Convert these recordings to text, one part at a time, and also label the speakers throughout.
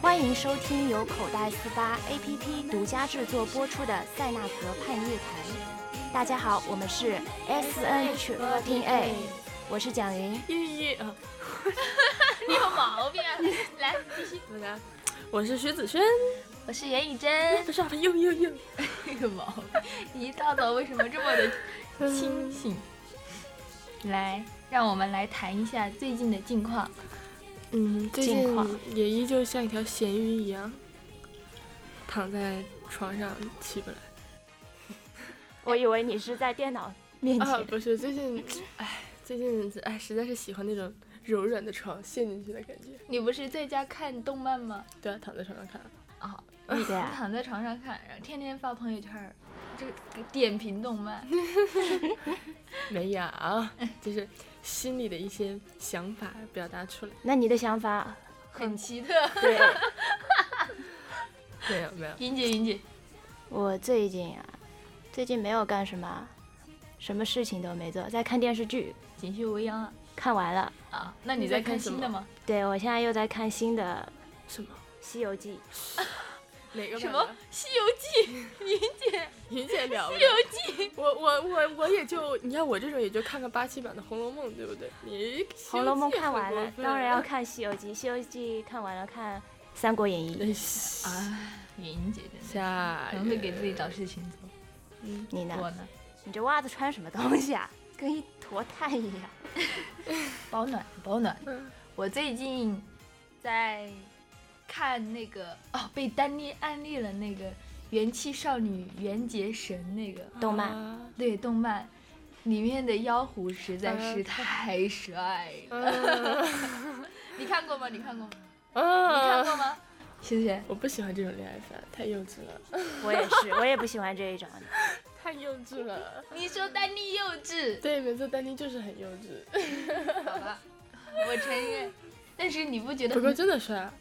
Speaker 1: 欢迎收听由口袋四八 APP 独家制作播出的《塞纳河畔夜谈》。大家好，我们是 S N H T A，我是蒋云。
Speaker 2: 玉玉，
Speaker 3: 你有毛病啊！来，继续。
Speaker 2: 大家，我是徐子轩，
Speaker 3: 我是严以真。
Speaker 2: 不是啊，又又又，
Speaker 3: 有毛病！你一大早为什么这么
Speaker 2: 嗯
Speaker 3: 的清醒？ 来，让我们来谈一下最近的近况。
Speaker 2: 嗯，最
Speaker 1: 近
Speaker 2: 近也依旧像一条咸鱼一样，躺在床上起不来。
Speaker 1: 我以为你是在电脑面前。
Speaker 2: 啊，不是，最近，哎，最近哎，实在是喜欢那种柔软的床陷进去的感觉。
Speaker 3: 你不是在家看动漫吗？
Speaker 2: 对啊，躺在床上看。
Speaker 3: 啊、
Speaker 1: 对的
Speaker 3: 你
Speaker 1: 呀，
Speaker 3: 躺在床上看，然后天天发朋友圈儿，这个点评动 漫。
Speaker 2: 没 有啊，就是心里的一些想法表达出来。
Speaker 1: 那你的想法？
Speaker 3: 很奇 特。
Speaker 1: 对，
Speaker 2: 没有没有，
Speaker 3: 云姐，云姐，
Speaker 1: 我最近啊，最近没有干什么，什么事情都没做，在看电视剧，
Speaker 3: 锦绣未央啊！
Speaker 1: 看完了。
Speaker 3: 啊，那
Speaker 2: 你
Speaker 3: 你
Speaker 2: 在
Speaker 3: 在看
Speaker 2: 看什
Speaker 3: 新的
Speaker 2: 么
Speaker 3: 吗？
Speaker 1: 对我现在又在看新的
Speaker 2: 什么？
Speaker 1: 《西游记》，
Speaker 2: 哪个版
Speaker 3: 什么《
Speaker 2: 本？
Speaker 3: 西游记》？云姐，《
Speaker 2: 云姐聊的
Speaker 3: 西。游记》
Speaker 2: 我我我我也就，你看我这种也就看个八七版的《红楼梦》，对不对？你《
Speaker 1: 《红楼梦》看完 了，当然要
Speaker 2: 看。
Speaker 1: 看《西游记》，《西游记》看完了，看《三国演义》。
Speaker 2: 哎
Speaker 3: 啊，云姐真的
Speaker 2: 下
Speaker 3: 很会给自己找事情做。
Speaker 2: 嗯
Speaker 1: 你
Speaker 3: 我
Speaker 1: 呢？
Speaker 3: 呢，
Speaker 1: 你这袜子穿什么东西啊？ 跟一坨炭一样。
Speaker 3: 保暖保暖
Speaker 2: 嗯。
Speaker 3: 我最近在看那个哦，被丹妮安利了那个《元气少女缘结神》那个
Speaker 1: 动漫
Speaker 2: 啊
Speaker 3: 对动漫。里面的妖狐实在是
Speaker 2: 啊
Speaker 3: 太帅
Speaker 2: 嗯
Speaker 3: 了，你看过吗？你看过吗？你 看
Speaker 2: 啊！
Speaker 3: 过吗？谢谢。
Speaker 2: 我不喜欢这种恋爱番，太幼稚了，
Speaker 1: 我也是，我也不喜欢这一种。
Speaker 2: 太幼稚了。
Speaker 3: 你说丹妮幼稚，
Speaker 2: 对，没错，丹妮就是很幼 稚，
Speaker 3: 好吧，我承认。但是你不觉得
Speaker 2: 不过
Speaker 3: 很
Speaker 2: 真的帅啊，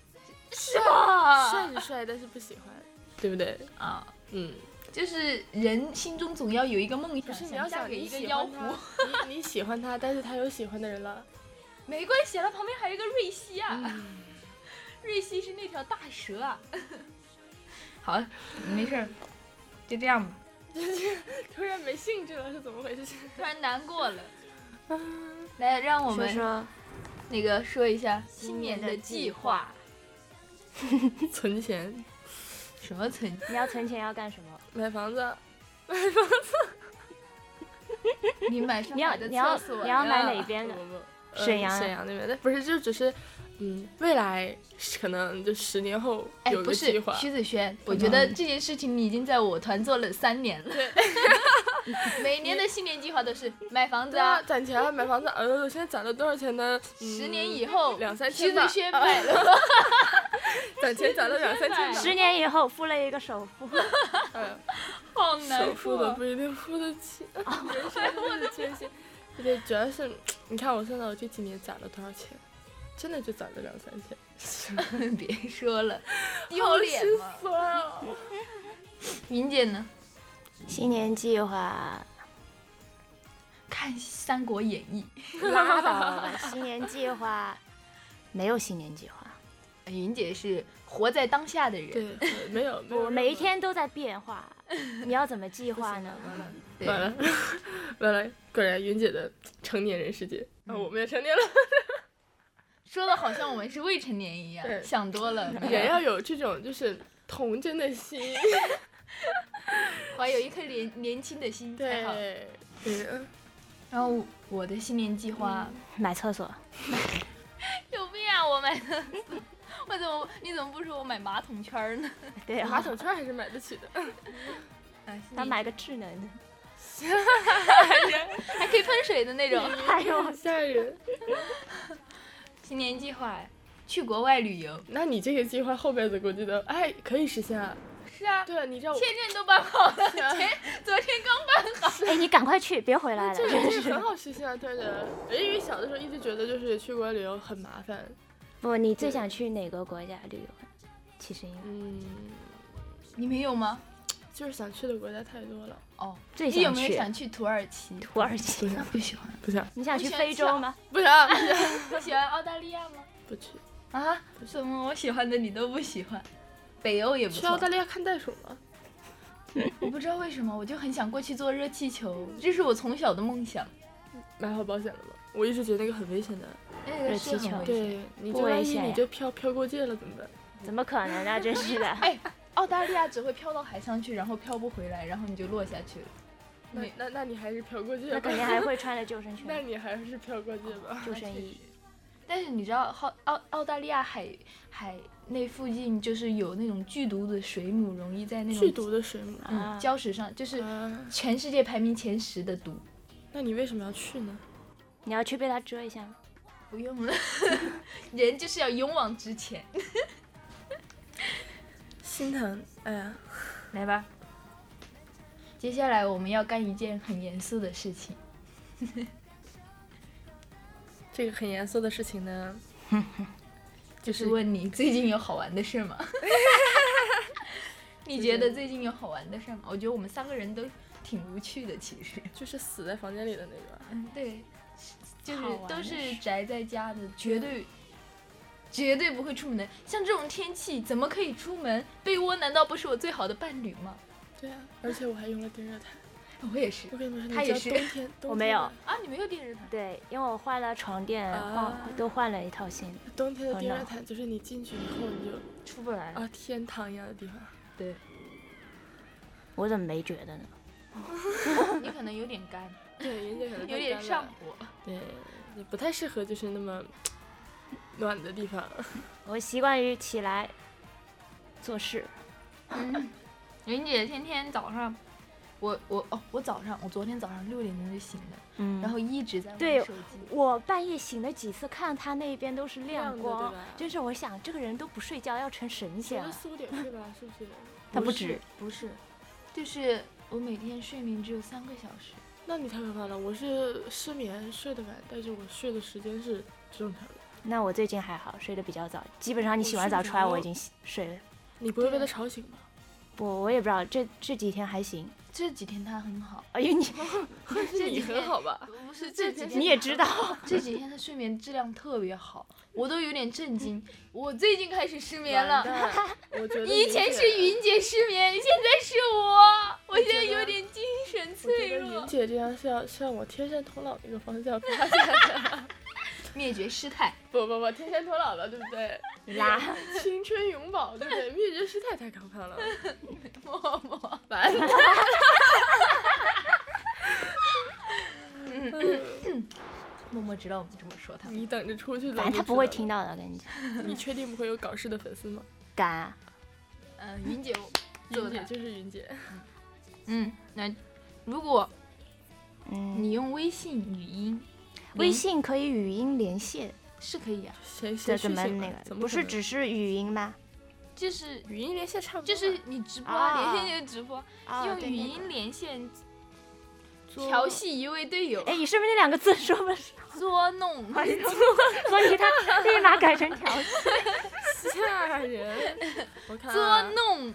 Speaker 2: 帅
Speaker 3: 帅
Speaker 2: 是啊帅，但是不喜欢， 对不对？
Speaker 3: 啊？
Speaker 2: 嗯，
Speaker 3: 就是人心中总要有一个梦
Speaker 2: 不
Speaker 3: 想，
Speaker 2: 是你要
Speaker 3: 嫁
Speaker 2: 想
Speaker 3: 给
Speaker 2: 你
Speaker 3: 一个
Speaker 2: 喜
Speaker 3: 妖
Speaker 2: 欢
Speaker 3: 狐，
Speaker 2: 他， 你你喜欢他，但是他有喜欢的人了，
Speaker 3: 没关系啊，他旁边还有一个瑞希啊， 瑞希是那条大蛇啊。 好，没事儿，就这样吧。
Speaker 2: 突然没兴致了，是怎么回事？
Speaker 3: 突然难过了，来，让我
Speaker 1: 说
Speaker 3: 们
Speaker 1: 说
Speaker 3: 那个说一下新
Speaker 1: 年
Speaker 3: 年
Speaker 1: 的
Speaker 3: 的
Speaker 1: 计
Speaker 3: 计划，
Speaker 2: 存钱
Speaker 3: 什么存
Speaker 1: 你要存钱要干什么？
Speaker 2: 买房子，啊
Speaker 3: 你买上
Speaker 1: 你要
Speaker 3: 海的
Speaker 1: 你要
Speaker 3: 厕所
Speaker 1: 你要买
Speaker 3: 呀
Speaker 1: 哪边的
Speaker 2: 不？不不呃
Speaker 1: 沈阳啊
Speaker 2: 沈阳那边的，不是，就只是，嗯，未来可能就十年后
Speaker 3: 哎，
Speaker 2: 有
Speaker 3: 不
Speaker 2: 个
Speaker 3: 是
Speaker 2: 计划。
Speaker 3: 徐子轩，我觉得这件事情你已经在我团做了三年了。 每年的新年计划都是买房子
Speaker 2: 对啊，
Speaker 3: 啊，
Speaker 2: 攒钱啊买房子，呃，我现在攒了多少钱呢？嗯
Speaker 3: 十年以后
Speaker 2: 两三
Speaker 3: 徐
Speaker 2: 千吧
Speaker 3: 子，轩买了，
Speaker 2: 攒钱攒了两三千吧，
Speaker 1: 十年以后付了一个首付，
Speaker 2: 嗯
Speaker 3: 好啊
Speaker 2: 首付都不一定付得 起，
Speaker 3: 哦
Speaker 2: 人生真的是缺陷。对，主要是你看我算到我这几年攒了多少钱，真的就攒了两三千，
Speaker 3: 别 说了，丢脸
Speaker 2: 心啊
Speaker 3: 吗？
Speaker 2: 死了。
Speaker 3: 云姐呢？
Speaker 1: 新年计划
Speaker 3: 看《三国演义
Speaker 1: 拉倒吧，新年计划没有新年计划，》，
Speaker 3: 云姐是活在当下的人。
Speaker 2: 对，对没有，没有
Speaker 1: 我每一天都在变化，你要怎么计划 呢？
Speaker 3: 对
Speaker 2: 完了，完了，果然云姐的成年人世界，啊、我们也成年了，
Speaker 3: 说的好像我们是未成年一样，
Speaker 2: 对
Speaker 3: 想多 了。
Speaker 2: 人要有这种就是童真的心，
Speaker 3: 怀有一颗年年轻的心才好。
Speaker 2: 对，对，
Speaker 3: 然后我的新年计 划。
Speaker 1: 买厕所，
Speaker 3: 有病啊！我买 的，我怎么你怎么不说我买马桶圈儿呢？
Speaker 1: 对啊，
Speaker 2: 马桶圈还是买得起的，
Speaker 3: 啊，
Speaker 1: 他买个智能的，
Speaker 3: 还可以喷水的那种。
Speaker 1: 哎呦，
Speaker 2: 吓人。
Speaker 3: 新年计划，去国外旅游。
Speaker 2: 那你这个计划后辈子估计都哎可以实现啊。
Speaker 3: 是啊，
Speaker 2: 对，你知道我
Speaker 3: 签证都办好 了，前昨天刚办好。
Speaker 1: 哎，你赶快去，别回来了，
Speaker 2: 这个
Speaker 1: 真
Speaker 2: 这
Speaker 1: 是
Speaker 2: 个很好实现啊，对的。因为小的时候一直觉得就是去国外旅游很麻烦，
Speaker 1: 不，你最想去哪个国家旅游？其实应该
Speaker 2: 嗯，
Speaker 3: 你没有吗？
Speaker 2: 就是想去的国家太多了，
Speaker 3: 哦，
Speaker 1: 最
Speaker 3: 你有
Speaker 1: 想
Speaker 3: 没有
Speaker 1: 去
Speaker 3: 想去土耳其？
Speaker 1: 土耳其，
Speaker 3: 不喜欢，
Speaker 2: 不想
Speaker 1: 你想
Speaker 3: 我
Speaker 1: 去
Speaker 3: 喜欢
Speaker 1: 非
Speaker 3: 去
Speaker 1: 洲
Speaker 3: 啊
Speaker 1: 吗？
Speaker 2: 不想
Speaker 3: 不喜欢澳大利亚吗？
Speaker 2: 不去。
Speaker 3: 啊？怎么我喜欢的你都不喜欢？北欧也不
Speaker 2: 去澳
Speaker 3: 错
Speaker 2: 大，利亚看袋鼠吗？
Speaker 3: 我不知道为什么，我就很想过去坐热气球，这是我从小的梦想。
Speaker 2: 买好保险了吗？我一直觉得那个很危险的，
Speaker 3: 那个
Speaker 1: 热
Speaker 3: 是
Speaker 1: 气
Speaker 3: 很
Speaker 1: 球
Speaker 3: 危险。
Speaker 2: 对，你
Speaker 1: 不
Speaker 2: 就
Speaker 1: 危
Speaker 2: 万一
Speaker 1: 险
Speaker 2: 你
Speaker 1: 呀
Speaker 2: 就飘飘过界了怎么办？
Speaker 1: 怎么可能呢？真是 的，
Speaker 3: 哎，澳大利亚只会飘到海上去，然后飘不回来，然后你就落下去了。
Speaker 2: 那
Speaker 3: 没
Speaker 2: 那那你还是飘过界
Speaker 1: 那
Speaker 2: 吧
Speaker 1: 肯，定还会穿着救生
Speaker 2: 那
Speaker 1: 圈、
Speaker 2: 你还是飘过界吧。
Speaker 1: 救生衣。
Speaker 3: 但是你知道，澳澳澳大利亚海海那附近就是有那种剧毒的水母，容易在那 种
Speaker 2: 剧毒的水母
Speaker 1: 啊
Speaker 3: 嗯礁石上，就是
Speaker 2: 啊，
Speaker 3: 全世界排名前十的毒。
Speaker 2: 那你为什么要去呢？
Speaker 1: 你要去被它蛰一下吗？
Speaker 3: 不用了， 人就是要勇往直前。
Speaker 2: 心疼，哎呀，
Speaker 3: 来吧，接下来我们要干一件很严肃的事情。
Speaker 2: 这个很严肃的事情呢，
Speaker 3: 就是问你最近有好玩的事 吗？你觉得最近有好玩的事吗？我觉得我们三个人都挺无趣的，其实。
Speaker 2: 就是死在房间里的那个。
Speaker 3: 嗯，对，就是
Speaker 1: 好玩的
Speaker 3: 都是
Speaker 1: 事
Speaker 3: 宅在家的，绝对绝对不会出门的。像这种天气，怎么可以出门？被窝难道不是我最好的伴侣吗？
Speaker 2: 对啊，而且我还用了电热毯。
Speaker 3: 我也是
Speaker 2: 我跟你们说，你
Speaker 3: 他也
Speaker 2: 知
Speaker 3: 是
Speaker 2: 道冬天，冬
Speaker 1: 我没有
Speaker 2: 天
Speaker 3: 啊，你没有电热毯，
Speaker 1: 对，因为我换了床垫，
Speaker 2: 啊
Speaker 1: 换都换了一套新的。
Speaker 2: 的冬天的
Speaker 1: 好
Speaker 2: 电热
Speaker 1: 冷
Speaker 2: 毯就是你进去以后你就
Speaker 3: 出不来。
Speaker 2: 啊天堂一样的地方。
Speaker 3: 对，
Speaker 1: 我怎么没觉得呢？
Speaker 3: 你可能有点干，
Speaker 2: 对，人家可能
Speaker 3: 有点上火。
Speaker 2: 对，你不太适合就是那么暖的地方。
Speaker 1: 我习惯于起来做事，
Speaker 3: 嗯，云姐天天早上，我我哦，我早上我昨天早上六点钟就醒了，
Speaker 1: 嗯
Speaker 3: 然后一直在
Speaker 1: 对
Speaker 3: 玩手机。
Speaker 1: 我半夜醒了几次，看他那边都是亮
Speaker 2: 亮的
Speaker 1: 光
Speaker 2: 对吧，
Speaker 1: 真是我想这个人都不睡觉要成神
Speaker 2: 除
Speaker 1: 仙
Speaker 2: 了
Speaker 1: 了。
Speaker 2: 四五点睡吧，是不是？
Speaker 1: 他啊不
Speaker 3: 是
Speaker 1: 止，
Speaker 3: 不是，就是我每天睡眠只有三个小时。
Speaker 2: 那你太可怕了！我是失眠睡得晚，但是我睡的时间是正常的。
Speaker 1: 那我最近还好，睡得比较早，基本上你
Speaker 2: 我
Speaker 1: 洗完
Speaker 2: 睡
Speaker 1: 澡
Speaker 2: 不
Speaker 1: 出来我
Speaker 2: 着
Speaker 1: 已经洗睡了。
Speaker 2: 你不会被
Speaker 3: 对
Speaker 2: 他
Speaker 3: 啊
Speaker 2: 吵醒吧？
Speaker 1: 不，我也不知道，这这几天还行。
Speaker 3: 这几天他很好，
Speaker 1: 哎呦，你
Speaker 3: 这几天
Speaker 2: 吧？
Speaker 3: 不是这几天
Speaker 1: 你也知道，
Speaker 3: 这几天的睡眠质量特别好，我都有点震惊。 我最近开始失眠了，
Speaker 2: 完蛋，我觉得
Speaker 3: 以
Speaker 2: 你
Speaker 3: 前
Speaker 2: 这
Speaker 3: 是云姐失眠，现在是我，我现在
Speaker 2: 觉得
Speaker 3: 有点精神
Speaker 2: 我觉
Speaker 3: 脆
Speaker 2: 得云
Speaker 3: 弱，
Speaker 2: 姐这样是要向我天山童姥那个方向发展的。
Speaker 3: 灭绝师太。
Speaker 2: 不不不，天山童姥了，对不对？
Speaker 1: 你拉，
Speaker 2: 青春永葆，对不对？灭绝师太太可怕了。
Speaker 3: 默默，
Speaker 2: 完了。
Speaker 3: 默默知道我们这么说他。
Speaker 2: 嗯 你等着出去，
Speaker 1: 反正他不会听。到的，我跟你讲。
Speaker 2: 你确定不会有搞事的粉丝吗？
Speaker 1: 敢啊，
Speaker 3: 嗯，云姐，
Speaker 2: 云姐就是云姐。
Speaker 3: 嗯，那如果
Speaker 1: 嗯，
Speaker 3: 你用微信语音，
Speaker 1: 微信可以语音连线，
Speaker 3: 是可以啊，
Speaker 2: 谁
Speaker 1: 这怎
Speaker 2: 谁睡
Speaker 1: 么
Speaker 2: 醒
Speaker 1: 那
Speaker 2: 了？
Speaker 1: 个？
Speaker 2: 怎么
Speaker 1: 不
Speaker 2: 可
Speaker 1: 是
Speaker 2: 能
Speaker 1: 只是语音吗？
Speaker 3: 就是
Speaker 2: 语音连线差不多
Speaker 3: 就
Speaker 2: 吧？
Speaker 3: 是你直播
Speaker 1: 嗯啊
Speaker 3: 啊，连线就直播，
Speaker 1: 哦
Speaker 3: 用
Speaker 1: 对
Speaker 3: 语
Speaker 1: 那个哦
Speaker 3: 音连线
Speaker 2: 做
Speaker 3: 调戏一位队友，
Speaker 1: 哎，你是不是那两个字说不是？
Speaker 3: 捉 弄。
Speaker 1: 所以他立马改成调戏
Speaker 2: 吓人。 我看
Speaker 3: 捉
Speaker 2: 啊
Speaker 3: 弄，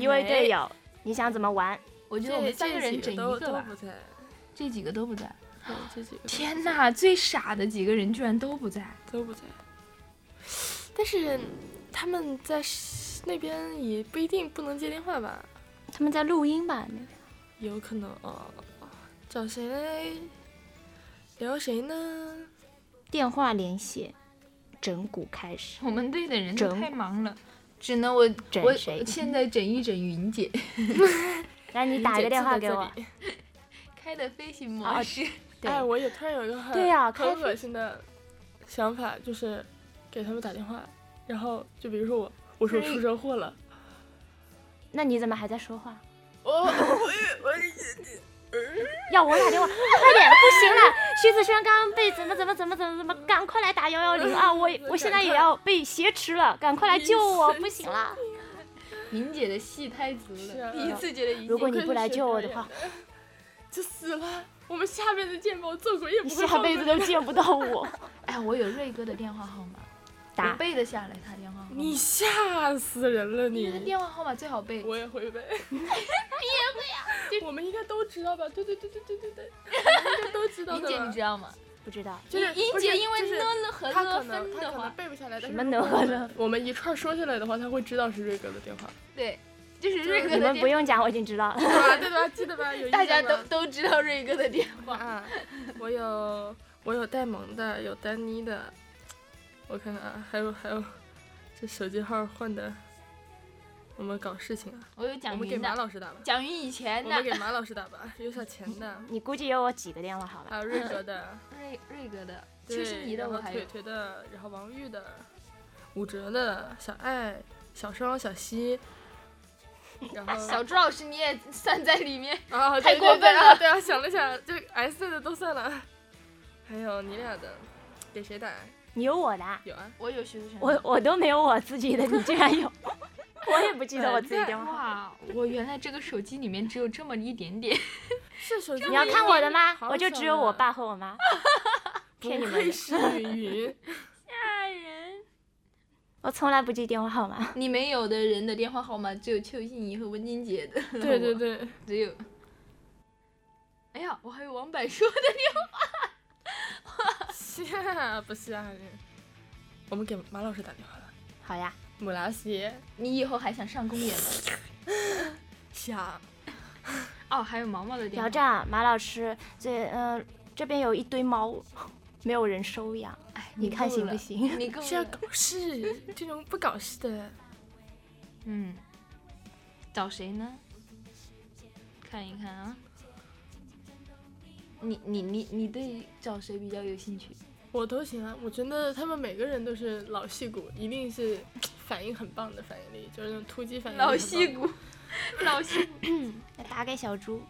Speaker 1: 一位队
Speaker 2: 没
Speaker 1: 友，你想怎么玩？
Speaker 3: 我觉
Speaker 2: 这
Speaker 3: 得我们三
Speaker 2: 这
Speaker 3: 个人
Speaker 2: 几
Speaker 3: 整一
Speaker 2: 都
Speaker 3: 个
Speaker 2: 都
Speaker 3: 吧
Speaker 2: 不，在，
Speaker 3: 这几个都不在。
Speaker 2: 对这几个
Speaker 3: 天哪，最傻的几个人居然都不在。
Speaker 2: 都不在。但是他们在那边也不一定不能接电话吧？
Speaker 1: 他们在录音吧？那个
Speaker 2: 有可能哦。找谁嘞？聊谁呢？
Speaker 1: 电话连线，整蛊开始。
Speaker 3: 我们队的人都
Speaker 1: 整
Speaker 3: 太忙了，只能我
Speaker 1: 整
Speaker 3: 我
Speaker 1: 谁
Speaker 3: 我现在整一整云姐，
Speaker 1: 来，你
Speaker 2: 云
Speaker 1: 打一
Speaker 2: 姐
Speaker 1: 个电
Speaker 2: 坐
Speaker 1: 话
Speaker 2: 在
Speaker 1: 给
Speaker 2: 这
Speaker 1: 我。
Speaker 2: 里
Speaker 3: 开的飞行
Speaker 1: 啊
Speaker 3: 模式。
Speaker 1: 对
Speaker 2: 哎，我也突然有一个很
Speaker 1: 对呀
Speaker 2: 很
Speaker 1: 开始
Speaker 2: 恶心的想法，就是给他们打电话，然后就比如说我，我说我出车祸了，
Speaker 1: 那你怎么还在说话？
Speaker 2: 我哦我呃
Speaker 1: 要我打电话，快点，不行了！徐子轩刚刚被怎么怎么怎么怎么怎么，赶快来打幺幺零啊！我也我现在也要被挟持了，赶快来救我！不行了，
Speaker 3: 云姐的戏太足
Speaker 2: 是
Speaker 3: 了，
Speaker 2: 啊
Speaker 3: 第一次觉得云姐
Speaker 1: 如果你不来救我的话，
Speaker 2: 就死了。我们下辈子见吧，我做鬼也不
Speaker 1: 你
Speaker 2: 会
Speaker 1: 下辈子都见不到我。
Speaker 3: 哎，我有瑞哥的电话号码，
Speaker 1: 打
Speaker 3: 背得下来他电话号码。
Speaker 2: 你吓死人了
Speaker 3: 因为他
Speaker 2: 你！
Speaker 3: 电话号码最好背。
Speaker 2: 我也会背，你也会 呀？我们应该都知道吧？对对对对对对对，我们应该都知道
Speaker 3: 林
Speaker 2: 的
Speaker 3: 姐，
Speaker 2: 吧
Speaker 3: 你知道吗？
Speaker 1: 不知道，
Speaker 2: 就是
Speaker 3: 音
Speaker 2: 不是
Speaker 3: 节因为
Speaker 2: 就是
Speaker 3: 呢了和
Speaker 2: 他可
Speaker 3: 呢
Speaker 2: 能
Speaker 3: 分
Speaker 2: 他
Speaker 3: 的
Speaker 2: 可能
Speaker 3: 话，
Speaker 2: 背不下来，但
Speaker 1: 什
Speaker 2: 是
Speaker 1: 么
Speaker 2: 如
Speaker 1: 呢
Speaker 2: 果
Speaker 1: 和
Speaker 2: 我
Speaker 1: 呢
Speaker 2: 们？我们一串说下来的话，他会知道是瑞哥的电话。
Speaker 3: 对，就是瑞
Speaker 1: 你
Speaker 3: 哥的
Speaker 1: 们不
Speaker 3: 电，
Speaker 1: 用讲，我已经知道了。
Speaker 2: 对吧？对吧？记得吧？有印
Speaker 3: 大家
Speaker 2: 象吧
Speaker 3: 都都知道瑞哥的电话。
Speaker 2: 啊，我有我有戴萌的，有丹妮的，我看看啊，还有还有，这手机号换的，我们搞事情啊，
Speaker 3: 我有
Speaker 2: 我
Speaker 3: 蒋
Speaker 2: 们给
Speaker 3: 云
Speaker 2: 马
Speaker 3: 的，
Speaker 2: 老师打吧，
Speaker 3: 蒋云以前
Speaker 2: 我
Speaker 3: 的
Speaker 2: 们给马老师打吧，有小钱 的，
Speaker 1: 你估计有我几个电话号码？
Speaker 2: 还有瑞哥的，
Speaker 3: 瑞瑞哥的，邱
Speaker 2: 对，
Speaker 3: 心怡的
Speaker 2: 然
Speaker 3: 我
Speaker 2: 后
Speaker 3: 还
Speaker 2: 腿
Speaker 3: 有，
Speaker 2: 腿的，然后王玉的，武哲的，小爱、小双、小西。然后
Speaker 3: 小朱老师你也算在里面。
Speaker 2: 啊，对
Speaker 3: 太过分
Speaker 2: 对对啊
Speaker 3: 了
Speaker 2: 对啊，想了想，就 S 的都算了，还有你俩的，给谁打？
Speaker 1: 你有我的啊？
Speaker 2: 有啊，
Speaker 3: 我有徐子璇。
Speaker 1: 我我都没有我自己的，你居然有？ 我也不记得我自己电话号码。
Speaker 3: 哇，我原来这个手机里面只有这么一点点。
Speaker 2: 是手机。
Speaker 1: 你要看我的吗？
Speaker 2: 好
Speaker 1: 我就
Speaker 2: 爽
Speaker 1: 只有我
Speaker 2: 啊
Speaker 1: 爸和我妈。骗你
Speaker 2: 不
Speaker 1: 们
Speaker 2: 愧
Speaker 1: 的，
Speaker 2: 是 云云，
Speaker 3: 吓人！
Speaker 1: 我从来不记电话号码。
Speaker 3: 你们有的人的电话号码只有邱心怡和文晶姐的，
Speaker 2: 对对对，
Speaker 3: 只有。哎呀，我还有王柏说的，
Speaker 2: 吓 不啊吓人？我们给马老师打电话了，
Speaker 1: 好呀，
Speaker 2: 母拉西
Speaker 3: 你以后还想上公演吗？
Speaker 2: 想，
Speaker 3: 哦，还有毛毛的电
Speaker 1: 聊
Speaker 3: 话。
Speaker 1: 这啊，马老师，这嗯、这边有一堆猫，没有人收养，
Speaker 3: 哎，
Speaker 1: 你看行不
Speaker 3: 行？
Speaker 1: 行？
Speaker 3: 你够
Speaker 2: 是要
Speaker 3: 了。
Speaker 2: 搞 事，这种不搞事的，
Speaker 3: 嗯，找谁呢？看一看啊。你你你你对找谁比较有兴趣？
Speaker 2: 我都行啊。我觉得他们每个人都是老戏骨，一定是反应很棒的反应力，就是那种突击反应力很棒。
Speaker 3: 骨，老戏骨。
Speaker 1: 那打给小猪，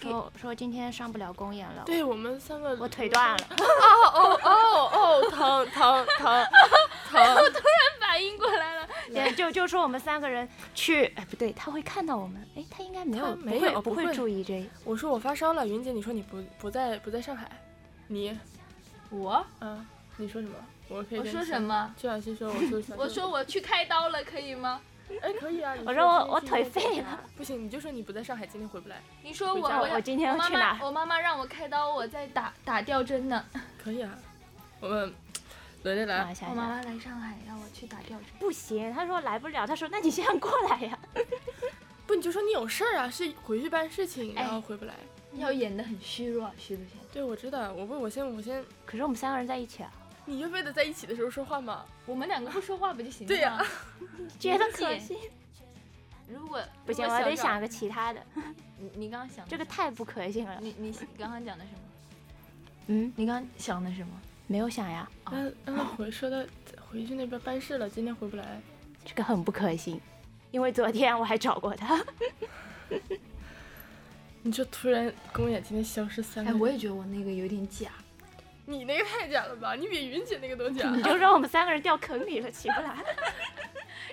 Speaker 1: 说说今天上不了公演了，
Speaker 2: 对我们三个，
Speaker 1: 我腿断 了。
Speaker 2: 哦哦哦， 疼疼疼疼！
Speaker 3: 反应过来了，
Speaker 1: 对，就就说我们三个人去，哎，不对，他会看到我们，哎，他应该没
Speaker 2: 他
Speaker 1: 有，
Speaker 2: 没
Speaker 1: 不会
Speaker 2: 有
Speaker 1: 不
Speaker 2: 不会
Speaker 1: 会注意这。
Speaker 2: 我说我发烧了，云姐，你说你不不在不在上海，你
Speaker 3: 我
Speaker 2: 啊，你说什么？我可以
Speaker 3: 我
Speaker 2: 跟你
Speaker 3: 说
Speaker 2: 讲
Speaker 3: 什么？
Speaker 2: 就小西说，我说小
Speaker 3: 我
Speaker 2: 西
Speaker 3: 说，我去开刀了，可以吗？
Speaker 2: 哎，可以啊。你
Speaker 1: 我说我
Speaker 2: 今
Speaker 1: 我
Speaker 2: 天
Speaker 1: 腿
Speaker 2: 今天
Speaker 1: 废
Speaker 2: 在哪，啊不行，你就说你不在上海，今天回不来。
Speaker 3: 你说我
Speaker 2: 回家
Speaker 3: 我
Speaker 2: 了
Speaker 3: 要
Speaker 1: 我今天
Speaker 3: 我妈
Speaker 1: 去哪
Speaker 3: 妈
Speaker 1: 儿？
Speaker 3: 我妈妈让我开刀，我在打打吊针呢。
Speaker 2: 可以啊，我们轮着
Speaker 1: 啊
Speaker 2: 来。
Speaker 1: 想
Speaker 3: 我
Speaker 1: 一
Speaker 3: 妈
Speaker 1: 想，
Speaker 3: 妈来上海让我去打吊针。
Speaker 1: 不行，他说来不了，他说那你先过来呀。
Speaker 2: 不，你就说你有事儿啊，是回去办事情，
Speaker 3: 哎
Speaker 2: 然后回不来。
Speaker 3: 要演的很虚弱啊，徐子轩。
Speaker 2: 对，我知道。我不，我先，我先。
Speaker 1: 可是我们三个人在一起啊，
Speaker 2: 你就为了在一起的时候说话吗？
Speaker 3: 我们两个不说话不就行了吗？
Speaker 2: 对呀
Speaker 1: 觉得
Speaker 3: 不
Speaker 1: 可
Speaker 3: 行
Speaker 1: 惜。
Speaker 3: 如果
Speaker 1: 不行，
Speaker 3: 如
Speaker 1: 我
Speaker 3: 果
Speaker 1: 得
Speaker 3: 小赵
Speaker 1: 想个其他的，
Speaker 3: 你你刚刚想的
Speaker 1: 这个
Speaker 3: 是
Speaker 1: 太不可信了
Speaker 3: 什。么，你你刚刚讲的什么？
Speaker 1: 嗯，
Speaker 3: 你刚刚想的什么？
Speaker 1: 没有想呀，
Speaker 3: 啊
Speaker 2: 让让他回说到回去那边办事了，今天回不来。
Speaker 1: 这个很不可信，因为昨天我还找过他。
Speaker 2: 你就突然公演今天消失三个
Speaker 3: 哎，
Speaker 2: 人。
Speaker 3: 我也觉得我那个有点假。
Speaker 2: 你那个太假了吧？你比云姐那个都假。
Speaker 1: 你就让我们三个人掉坑里了，起不来。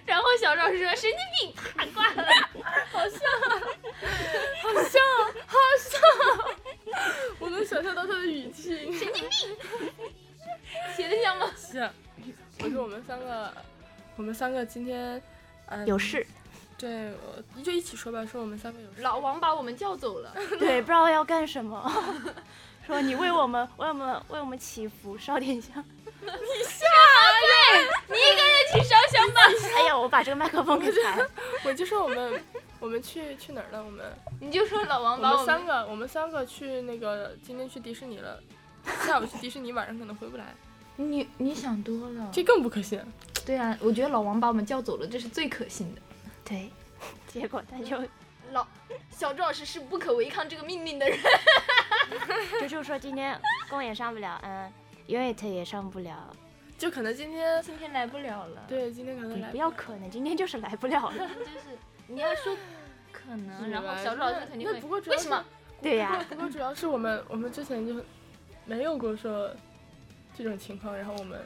Speaker 3: 然后小赵说：“神经病，他挂了。
Speaker 2: 我能想象到他的语气。”
Speaker 3: 写的像吗？
Speaker 2: 是，我说我们三个，我们三个今天，嗯，
Speaker 1: 有事，
Speaker 2: 对，我就一起说吧，说我们三个有事。
Speaker 3: 老王把我们叫走了。
Speaker 1: 对，不知道要干什么。 说你为我们为我们为我们祈福，烧点香。
Speaker 3: 你一个人去烧香吧。
Speaker 1: 哎呀，我把这个麦克风给踩了。
Speaker 2: 我就说我们， 我们去去哪儿了？我们
Speaker 3: 你就说老
Speaker 2: 我
Speaker 3: 王把
Speaker 2: 们
Speaker 3: 我
Speaker 2: 三
Speaker 3: 们
Speaker 2: 个，我们三个去那个今天去迪士尼了，下午去迪士尼，晚上可能回不来，
Speaker 3: 你你想多了
Speaker 2: 这更不可信。
Speaker 3: 对啊，我觉得老王把我们叫走了，这是最可信的。
Speaker 1: 对， 结果他就
Speaker 3: 老小赵老师是不可违抗这个命令的人。
Speaker 1: 就就说今天公演上不了，嗯，unit 也上不了。
Speaker 2: 就可能今天，
Speaker 3: 今天来不了了。，
Speaker 2: 对，今天可能来
Speaker 1: 不要可能，今天就是来不了了。
Speaker 3: 就是你要说可能，然后小赵
Speaker 2: 赵
Speaker 3: 老师肯定
Speaker 2: 那
Speaker 3: 会
Speaker 2: 不过主
Speaker 3: 为
Speaker 2: 要
Speaker 3: 什么？
Speaker 1: 对呀、
Speaker 2: 不过主要是我们我们之前就没有过说这种情况，然后我们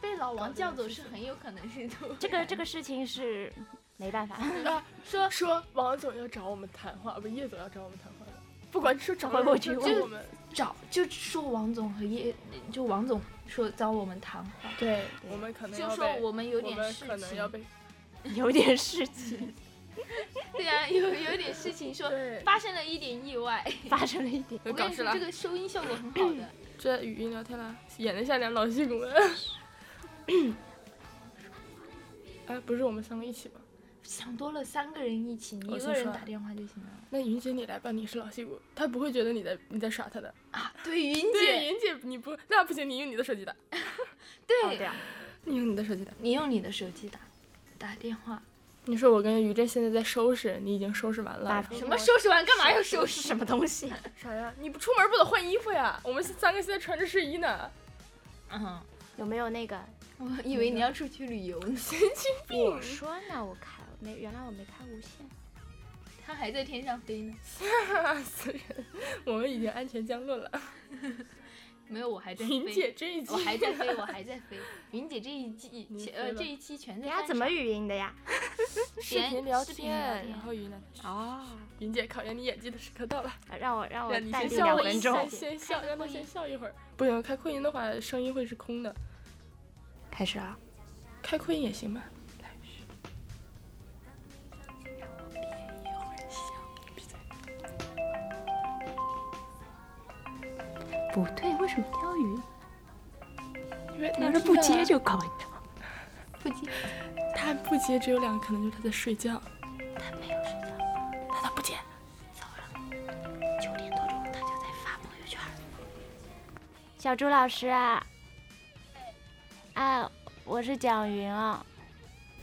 Speaker 3: 被老王
Speaker 2: 搞这种
Speaker 3: 叫走
Speaker 2: 事
Speaker 3: 是
Speaker 2: 情
Speaker 3: 很有可能是突然
Speaker 1: 这个这个事情是没办法，
Speaker 2: 啊
Speaker 3: 说
Speaker 2: 说王总要找我们谈话，不叶总要找我们谈话的，不管是找
Speaker 1: 回
Speaker 2: 我
Speaker 3: 嗯
Speaker 1: 过
Speaker 2: 们
Speaker 1: 去
Speaker 2: 就
Speaker 1: 问
Speaker 2: 是
Speaker 1: 我
Speaker 2: 我们
Speaker 3: 找就说王总和叶，就王总说找我们谈话，
Speaker 1: 对，
Speaker 2: 啊我们可能
Speaker 3: 就
Speaker 2: 要
Speaker 3: 说
Speaker 2: 被
Speaker 3: 我们有
Speaker 2: 我
Speaker 3: 点
Speaker 2: 们
Speaker 3: 事
Speaker 2: 可能要
Speaker 3: 情，
Speaker 2: 被
Speaker 1: 有点事情
Speaker 3: 对啊，有有点事情说
Speaker 2: 对
Speaker 3: 发生了一点意外，
Speaker 1: 发生了一点。
Speaker 3: 我
Speaker 2: 很
Speaker 3: 跟
Speaker 2: 搞
Speaker 3: 你
Speaker 2: 事
Speaker 3: 说
Speaker 2: 了
Speaker 3: 这。个收音效果很好的，
Speaker 2: 这语音聊天啦，演了一下两老戏骨了。 哎，不是我们三个一起吗？
Speaker 3: 想多了，三个人一起，你
Speaker 2: 我
Speaker 3: 一
Speaker 2: 先
Speaker 3: 个人
Speaker 2: 说啊
Speaker 3: 打电话就行了
Speaker 2: 那云姐你来吧，你是老戏骨，她不会觉得你在你在耍她的。
Speaker 3: 啊。对，云
Speaker 2: 对，
Speaker 3: 姐，
Speaker 2: 云姐你不那不行，你用你的手机打，
Speaker 1: 哦
Speaker 3: 对
Speaker 1: 对，啊，
Speaker 2: 你用你的手机打。
Speaker 3: 你用你的手机打打电话，
Speaker 2: 你说我跟于震现在在收拾，你已经收拾完
Speaker 1: 打
Speaker 2: 了。
Speaker 1: 出
Speaker 3: 什么收拾完干嘛要收
Speaker 1: 是
Speaker 3: 拾？
Speaker 1: 什么东西？
Speaker 2: 啥呀？你不出门不得换衣服呀？我们三个现在穿着睡衣呢。
Speaker 3: 嗯，
Speaker 1: 有没有那个？
Speaker 3: 我以为你要出去旅游呢，
Speaker 2: 嗯
Speaker 1: 我说呢，我开没，原来我没开无线。
Speaker 3: 他还在天上飞呢。
Speaker 2: 吓啊死人！我们已经安全降落了。
Speaker 3: 没有，我还在飞。
Speaker 2: 云姐这一集
Speaker 3: 我，还在飞，我还在飞。云姐这一季
Speaker 2: 你，
Speaker 3: 呃，
Speaker 2: 飞了
Speaker 3: 这一期全在
Speaker 1: 人
Speaker 3: 干
Speaker 1: 家
Speaker 3: 什
Speaker 1: 怎么语音的呀？
Speaker 2: 视频聊
Speaker 3: 视频聊天
Speaker 2: 然后云呢？
Speaker 1: 哦，
Speaker 2: 云姐考验你演技的时刻到了，
Speaker 1: 呃让我让我
Speaker 2: 让你
Speaker 1: 淡
Speaker 2: 先
Speaker 1: 定
Speaker 2: 笑
Speaker 1: 两
Speaker 2: 我
Speaker 1: 分
Speaker 2: 一
Speaker 1: 钟
Speaker 2: 下，
Speaker 3: 下
Speaker 2: 先笑，
Speaker 3: 开
Speaker 2: 让她
Speaker 3: 扩音
Speaker 2: 先笑一会儿。不行，开扩音的话，声音会是空的，
Speaker 1: 开始啊！
Speaker 2: 开扩音也行吧。来
Speaker 1: 不对，为什么钓鱼？
Speaker 2: 因为
Speaker 1: 你
Speaker 2: 是
Speaker 1: 说不接就搞你知道吗？
Speaker 3: 不接，
Speaker 2: 他不接，只有两个可能就是他在睡觉。
Speaker 1: 他没有睡觉，
Speaker 2: 他咋不接？
Speaker 1: 早上九点多钟他就在发朋友圈。小朱老师啊，啊，我是蒋云啊。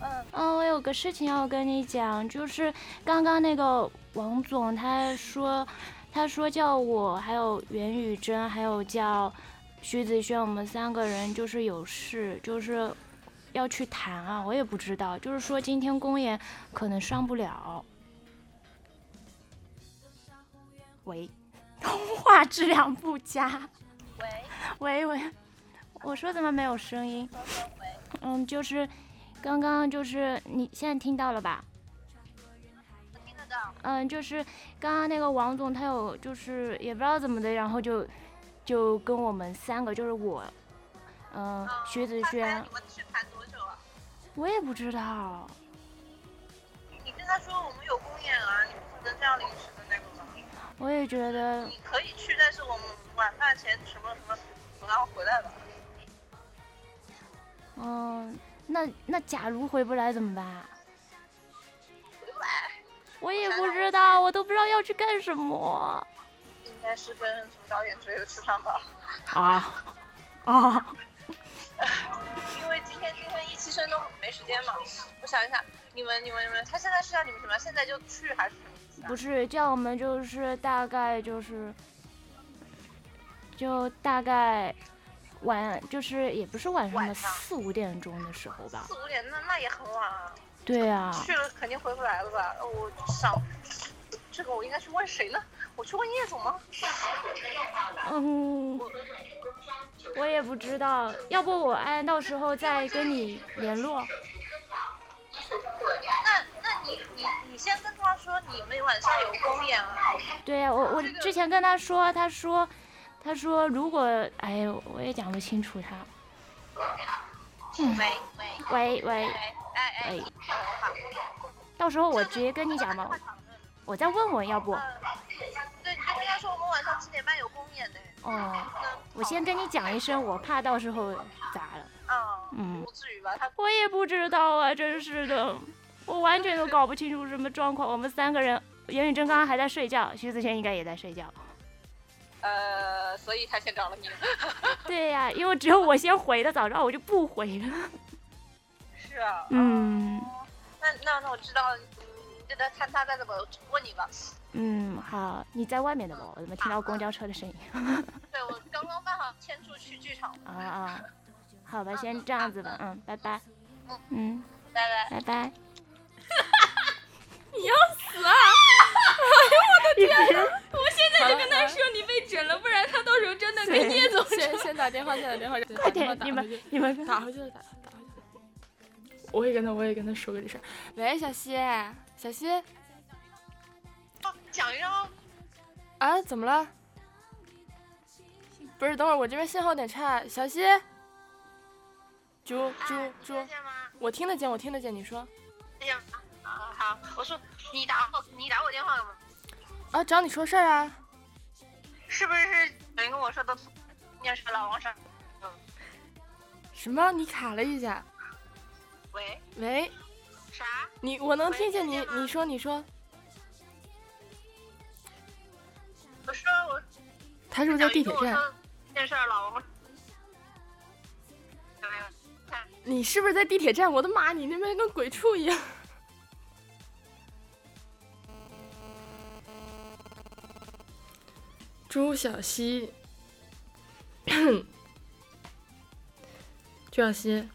Speaker 4: 嗯
Speaker 1: 嗯，我有个事情要跟你讲，就是刚刚那个王总他说，他说叫我还有袁宇珍，还有叫徐子轩，我们三个人就是有事，就是要去谈啊，我也不知道，就是说今天公演可能上不了。喂， 通话质量不佳。喂
Speaker 4: 喂，
Speaker 1: 喂，我说怎么没有声音？嗯，就是刚刚就是你现在听到了吧？
Speaker 4: 我听得到。
Speaker 1: 嗯，就是刚刚那个王总他有就是也不知道怎么的，然后就就跟我们三个就是我，嗯、
Speaker 4: 嗯
Speaker 1: 徐子
Speaker 4: 他猜
Speaker 1: 轩
Speaker 4: 你，们是谈多久啊？
Speaker 1: 我也不知道。
Speaker 4: 你跟他说我们有公演啊，你不可能这样临时的那个吧？
Speaker 1: 我也觉得
Speaker 4: 你可以去，但是我们晚饭前什么什么，我然后回来了。
Speaker 1: 嗯，那那假如回不来怎么办？啊
Speaker 4: 回不来，
Speaker 1: 我也不知道，我都不知道要去干什么。
Speaker 4: 应该是跟什么导演之类的去上吧？
Speaker 1: 啊啊，
Speaker 4: 因为今天今天一期生都没时间嘛。我想一下，你们你们你们，他现在是让你们什么？现在就去还是什么意思啊
Speaker 1: 不？是，这样我们就是大概就是，就大概晚就是也不是晚上的
Speaker 4: 晚上
Speaker 1: 四五点钟的时候吧。
Speaker 4: 四五点那那也很晚啊，
Speaker 1: 对啊，
Speaker 4: 去了肯定回不来了吧？我想，这个我应该去问谁呢？我去问叶总吗？
Speaker 1: 嗯，我也不知道，要不我按到时候再跟你联络。
Speaker 4: 那那你你你先跟他说你们晚上有公演啊，
Speaker 1: 对呀、我我之前跟他说，他说，他说如果，哎呦，我也讲不清楚他。嗯
Speaker 4: 喂喂
Speaker 1: 喂喂
Speaker 4: 喂，哎哎，
Speaker 1: 喂
Speaker 4: 你等我哈，
Speaker 1: 到时候我直接跟你讲吧，我再问问，要不，
Speaker 4: 嗯，对，你就跟他说我们晚上七点半有公演呢。
Speaker 1: 哦，
Speaker 4: 那
Speaker 1: 我先跟你讲一声，我怕到时候咋了，
Speaker 4: 哎嗯，
Speaker 1: 嗯
Speaker 4: 不至于吧？他
Speaker 1: 我也不知道啊，真是的，我完全都搞不清楚什么状况。我们三个人，袁宇珍刚刚还在睡觉，徐子轩应该也在睡觉。
Speaker 4: 呃，所以他先找了你。
Speaker 1: 对呀、因为只有我先回的，早知道我就不回了。
Speaker 4: 是啊，
Speaker 1: 嗯
Speaker 4: 那那那我知道了，你你跟他看他再怎么问你吧。
Speaker 1: 嗯，好，你在外面的吧？我怎么听到公交车的声音？
Speaker 4: 对我刚刚办好签注去剧场，
Speaker 1: 啊啊，好吧，先这样子吧，嗯，拜拜，嗯，
Speaker 4: 拜拜。
Speaker 1: 拜拜。
Speaker 3: 你要死啊！
Speaker 1: 你别
Speaker 3: 我现在就跟
Speaker 2: 好
Speaker 3: 他
Speaker 2: 了
Speaker 3: 说你被整了，不然他到时候真的跟
Speaker 1: 对
Speaker 3: 叶总
Speaker 2: 先 先打电话，先打电话，先
Speaker 1: 快
Speaker 2: 打电话
Speaker 1: 点，
Speaker 2: 打
Speaker 1: 你
Speaker 2: 回
Speaker 1: 们
Speaker 2: 去，
Speaker 1: 你们
Speaker 2: 打回去了，打打回去了。我也跟他，我也跟他说过这事儿。喂，小西，小西
Speaker 4: 哦，讲一声哦，
Speaker 2: 啊，怎么了？不是，等会儿我这边信号有点差，小西，猪猪猪，
Speaker 4: 听得啊见吗？
Speaker 2: 我听得见，我听得见，你说
Speaker 4: 听得见吗？啊，好，我说你打我，你打我电话了吗？
Speaker 2: 啊，找你说事儿啊，
Speaker 4: 是不是有人跟我说的？要是老王上，
Speaker 2: 什么？你卡了一下，
Speaker 4: 喂，
Speaker 2: 喂，
Speaker 4: 啥？
Speaker 2: 你我能听见你
Speaker 4: 喂听，见吗
Speaker 2: 你说你说，
Speaker 4: 我说我
Speaker 2: 他是不是在地铁站？。
Speaker 4: 件事儿，老王。有没有？看，
Speaker 2: 你是不是在地铁站？我的妈，你那边跟鬼畜一样。朱小溪， 朱小溪，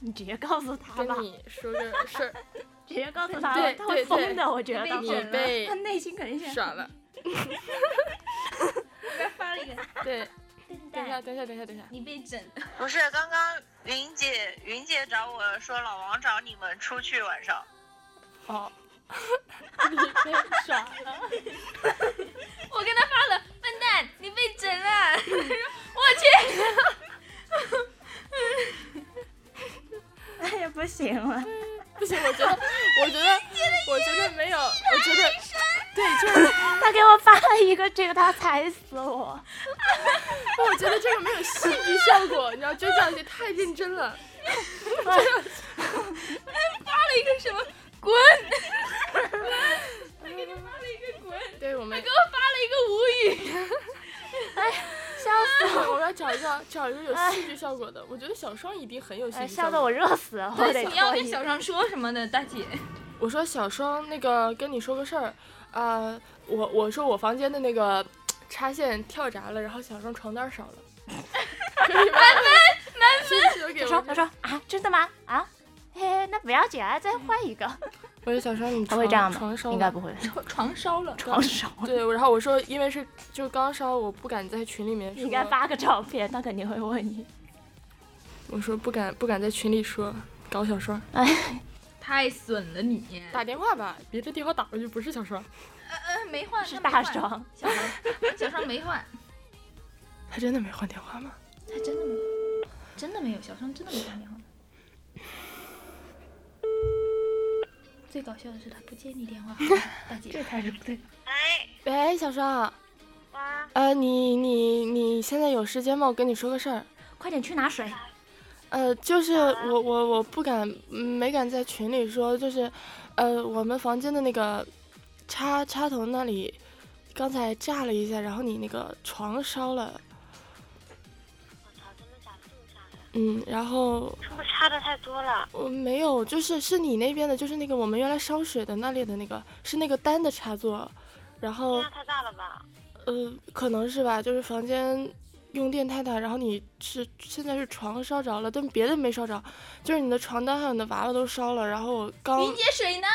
Speaker 5: 你直接告诉他
Speaker 2: 跟
Speaker 5: 吧，
Speaker 2: 你说个事儿，
Speaker 5: 直接告诉他吧
Speaker 2: 对，
Speaker 5: 他
Speaker 2: 对
Speaker 5: 会
Speaker 2: 对
Speaker 5: 疯的，我觉得
Speaker 3: 被
Speaker 2: 你
Speaker 3: 整了
Speaker 2: 被
Speaker 5: 他内心肯定是
Speaker 2: 耍了。
Speaker 3: 刚 发了一个，
Speaker 2: 对，等一下，
Speaker 5: 对
Speaker 2: 等一下，等一下，等一下。
Speaker 3: 你被整，
Speaker 4: 不是，刚刚云姐，云姐找我说老王找你们出去晚上。
Speaker 2: 哦， 你被耍了。
Speaker 3: 我跟他发了，笨蛋，你被整 了，我去，
Speaker 5: 哎呀，不行了，
Speaker 2: 不行，我觉得，我觉得，我觉得没有，我觉得，对，就是
Speaker 5: 他给我发了一个这个，他踩死我。
Speaker 2: 我觉得这个没有戏剧效果，你知道，就这样就太认真了。
Speaker 3: 发了一个什么，滚，我给你发了一个滚，给
Speaker 2: 对我
Speaker 5: 哎
Speaker 2: 们，
Speaker 3: 我发了一个无语。
Speaker 5: 笑死
Speaker 2: 我要找一个找一个有戏剧效果的。我觉得小双一定很有戏
Speaker 5: 我，
Speaker 2: 剧
Speaker 5: 呃笑
Speaker 2: 效
Speaker 5: 哎得我
Speaker 2: 果。
Speaker 5: 热死了，我
Speaker 3: 对，
Speaker 5: 得
Speaker 3: 你要
Speaker 5: 脱
Speaker 3: 跟
Speaker 5: 衣
Speaker 3: 小张说什么呢，大姐？
Speaker 2: 我说小双，那个跟你说个事儿，呃，我我说我房间的那个插线跳闸了，然后小双床单少了。满分，满
Speaker 5: 他
Speaker 2: 分！我
Speaker 5: 说：“他说啊，真的吗？啊，嘿，那不要紧啊，再换一个。
Speaker 2: 我说小双，你”
Speaker 5: 他
Speaker 2: 床
Speaker 5: 会这样吗
Speaker 2: 床？烧
Speaker 5: 应该
Speaker 2: 了
Speaker 5: 不会，
Speaker 3: 床床烧了，
Speaker 5: 床少了。
Speaker 2: 对，然后我说，因为是就刚烧，我不敢在群里面
Speaker 5: 你
Speaker 2: 说。
Speaker 5: 应该发个照片，他肯定会问 你。
Speaker 2: 我说不敢，不敢在群里说，搞小双。
Speaker 3: 太损了你！
Speaker 2: 打电话吧，别的电话打过去不是小双，
Speaker 3: 呃呃，没换，
Speaker 5: 是
Speaker 3: 他没
Speaker 5: 大
Speaker 3: 换，
Speaker 5: 双，
Speaker 3: 小双，小双 没换，
Speaker 2: 他真的没换电话吗？
Speaker 3: 他真的没，真的没有，小双真的没换电话。最搞笑的是他不接你电话，大姐，这才是不对。
Speaker 4: 哎，
Speaker 2: 喂，小双，
Speaker 4: 啊，
Speaker 2: 呃，你你你现在有时间吗？我跟你说个事儿。
Speaker 5: 快点去拿水。
Speaker 2: 呃，就是我我我不敢，没敢在群里说，就是，呃，我们房间的那个插插头那里刚才炸了一下，然后你那个床烧了，
Speaker 4: 我操，真的假的？这么假的？
Speaker 2: 嗯，然后
Speaker 4: 是不是差的太多了？
Speaker 2: 我没有，就是是你那边的，就是那个我们原来烧水的那里的那个，是那个单的插座，然后
Speaker 4: 那太大了吧？
Speaker 2: 呃，可能是吧，就是房间用电太大，然后你是现在是床烧着了，但别的没烧着，就是你的床单还有你的娃娃都烧了，然后我
Speaker 5: 哦
Speaker 2: 刚
Speaker 3: 云姐水呢？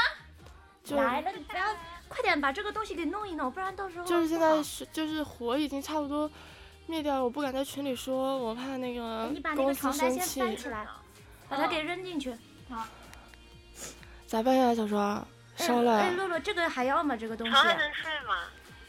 Speaker 2: 就
Speaker 5: 来了，你不要，快点把这个东西给弄一弄，不然到时候
Speaker 2: 就是现在
Speaker 5: 不
Speaker 2: 是就是火已经差不多灭掉了，我不敢在群里说，我怕那
Speaker 5: 好
Speaker 2: 个
Speaker 5: 哎你把那
Speaker 2: 公
Speaker 5: 个
Speaker 2: 司
Speaker 5: 床单
Speaker 2: 生
Speaker 5: 先翻
Speaker 2: 气，
Speaker 5: 起来，把它给扔进去。哎
Speaker 2: 咋办呀，小双？烧
Speaker 5: 哎，
Speaker 2: 了，
Speaker 5: 洛洛，这个还要吗？这个东西
Speaker 4: 床还能睡吗？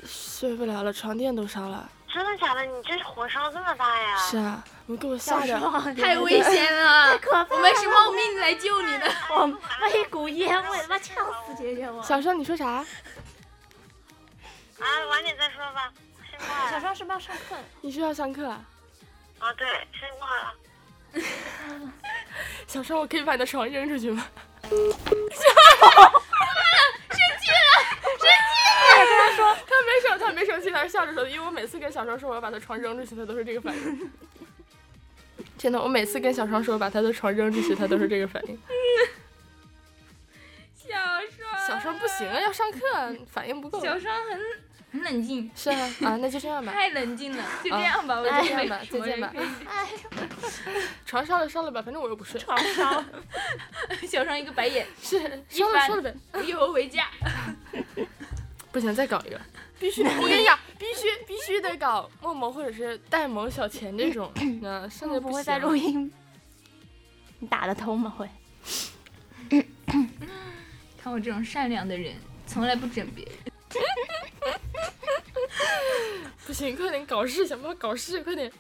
Speaker 2: 睡不了了，床垫都烧了。
Speaker 4: 真的假的？你这火烧这么大呀？
Speaker 2: 是啊，我给我吓的，
Speaker 3: 太危 险了，
Speaker 5: 可怕
Speaker 3: 我
Speaker 5: 了
Speaker 3: 们是冒命来救你的。
Speaker 5: 我那一股烟味，他妈呛死姐姐我。
Speaker 2: 小双，你说啥？
Speaker 4: 啊，晚点再说吧。睡过
Speaker 5: 小
Speaker 4: 了。
Speaker 5: 双是不是要上课？
Speaker 2: 你是要上课啊？
Speaker 4: 啊，对，睡过了。
Speaker 2: 小双，我可以把你的床扔出去吗？他没生，他没生气，他是笑着说的。因为我每次跟小双说我要把他床扔出去，他都是这个反应。真的，我每次跟小双说我把他的床扔出去，他都是这个反应。
Speaker 3: 小双，
Speaker 2: 小双不行啊，要上课啊，反应不够。
Speaker 3: 小双很很冷静，哦哎
Speaker 2: 是啊，啊，那就这样吧，
Speaker 3: 太冷静了，就这样吧，我
Speaker 2: 就
Speaker 3: 就
Speaker 2: 这样
Speaker 3: 没
Speaker 2: 吧，
Speaker 3: 什
Speaker 2: 再
Speaker 3: 么人
Speaker 2: 见吧
Speaker 3: 可以。
Speaker 5: 哎，
Speaker 2: 床上了上了吧，反正我又不睡。
Speaker 5: 床 烧。
Speaker 3: 小双一个白眼，
Speaker 2: 是，
Speaker 3: 一
Speaker 2: 上了
Speaker 3: 般
Speaker 2: 上了呗。
Speaker 3: 以后回家。
Speaker 2: 不行，再搞一个，必须！ 我跟你讲，必须必须得搞默默或者是戴萌、小钱这种，那剩下
Speaker 5: 不
Speaker 2: 行啊
Speaker 5: 会再录音？你打得通吗？会。
Speaker 3: 看我这种善良的人，从来不整别人。
Speaker 2: 不情，快点搞事，想办法搞事，快点！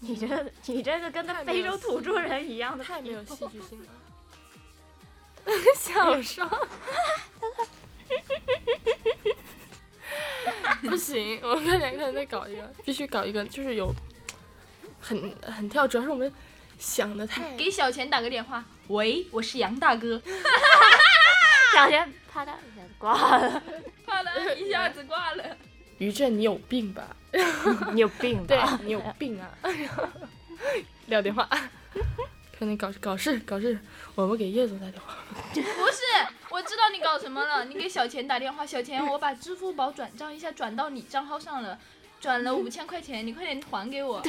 Speaker 1: 你这你这个跟那
Speaker 2: 太没
Speaker 1: 非洲
Speaker 2: 有
Speaker 1: 土著人一样的，
Speaker 2: 太啊没有戏剧性了。 小双，不行，我快点快点再搞一个，必须搞一个，就是有很很跳，主要是我们想的太
Speaker 3: 给小钱打个电话，喂，我是杨大哥。
Speaker 5: 啊
Speaker 1: 小学啪嗒一下子挂了，
Speaker 3: 挂了，一下子挂了。
Speaker 2: 于震，你有病吧？
Speaker 1: 你有病
Speaker 2: 对
Speaker 1: 吧？
Speaker 2: 你有病啊！撂电话，快点搞事搞事搞事！我们给叶总打电话。
Speaker 3: 不是，我知道你搞什么了。你给小钱打电话，小钱，我把支付宝转账一下转到你账号上了，转
Speaker 2: 嗯
Speaker 3: 了五千块钱，你快点还给我。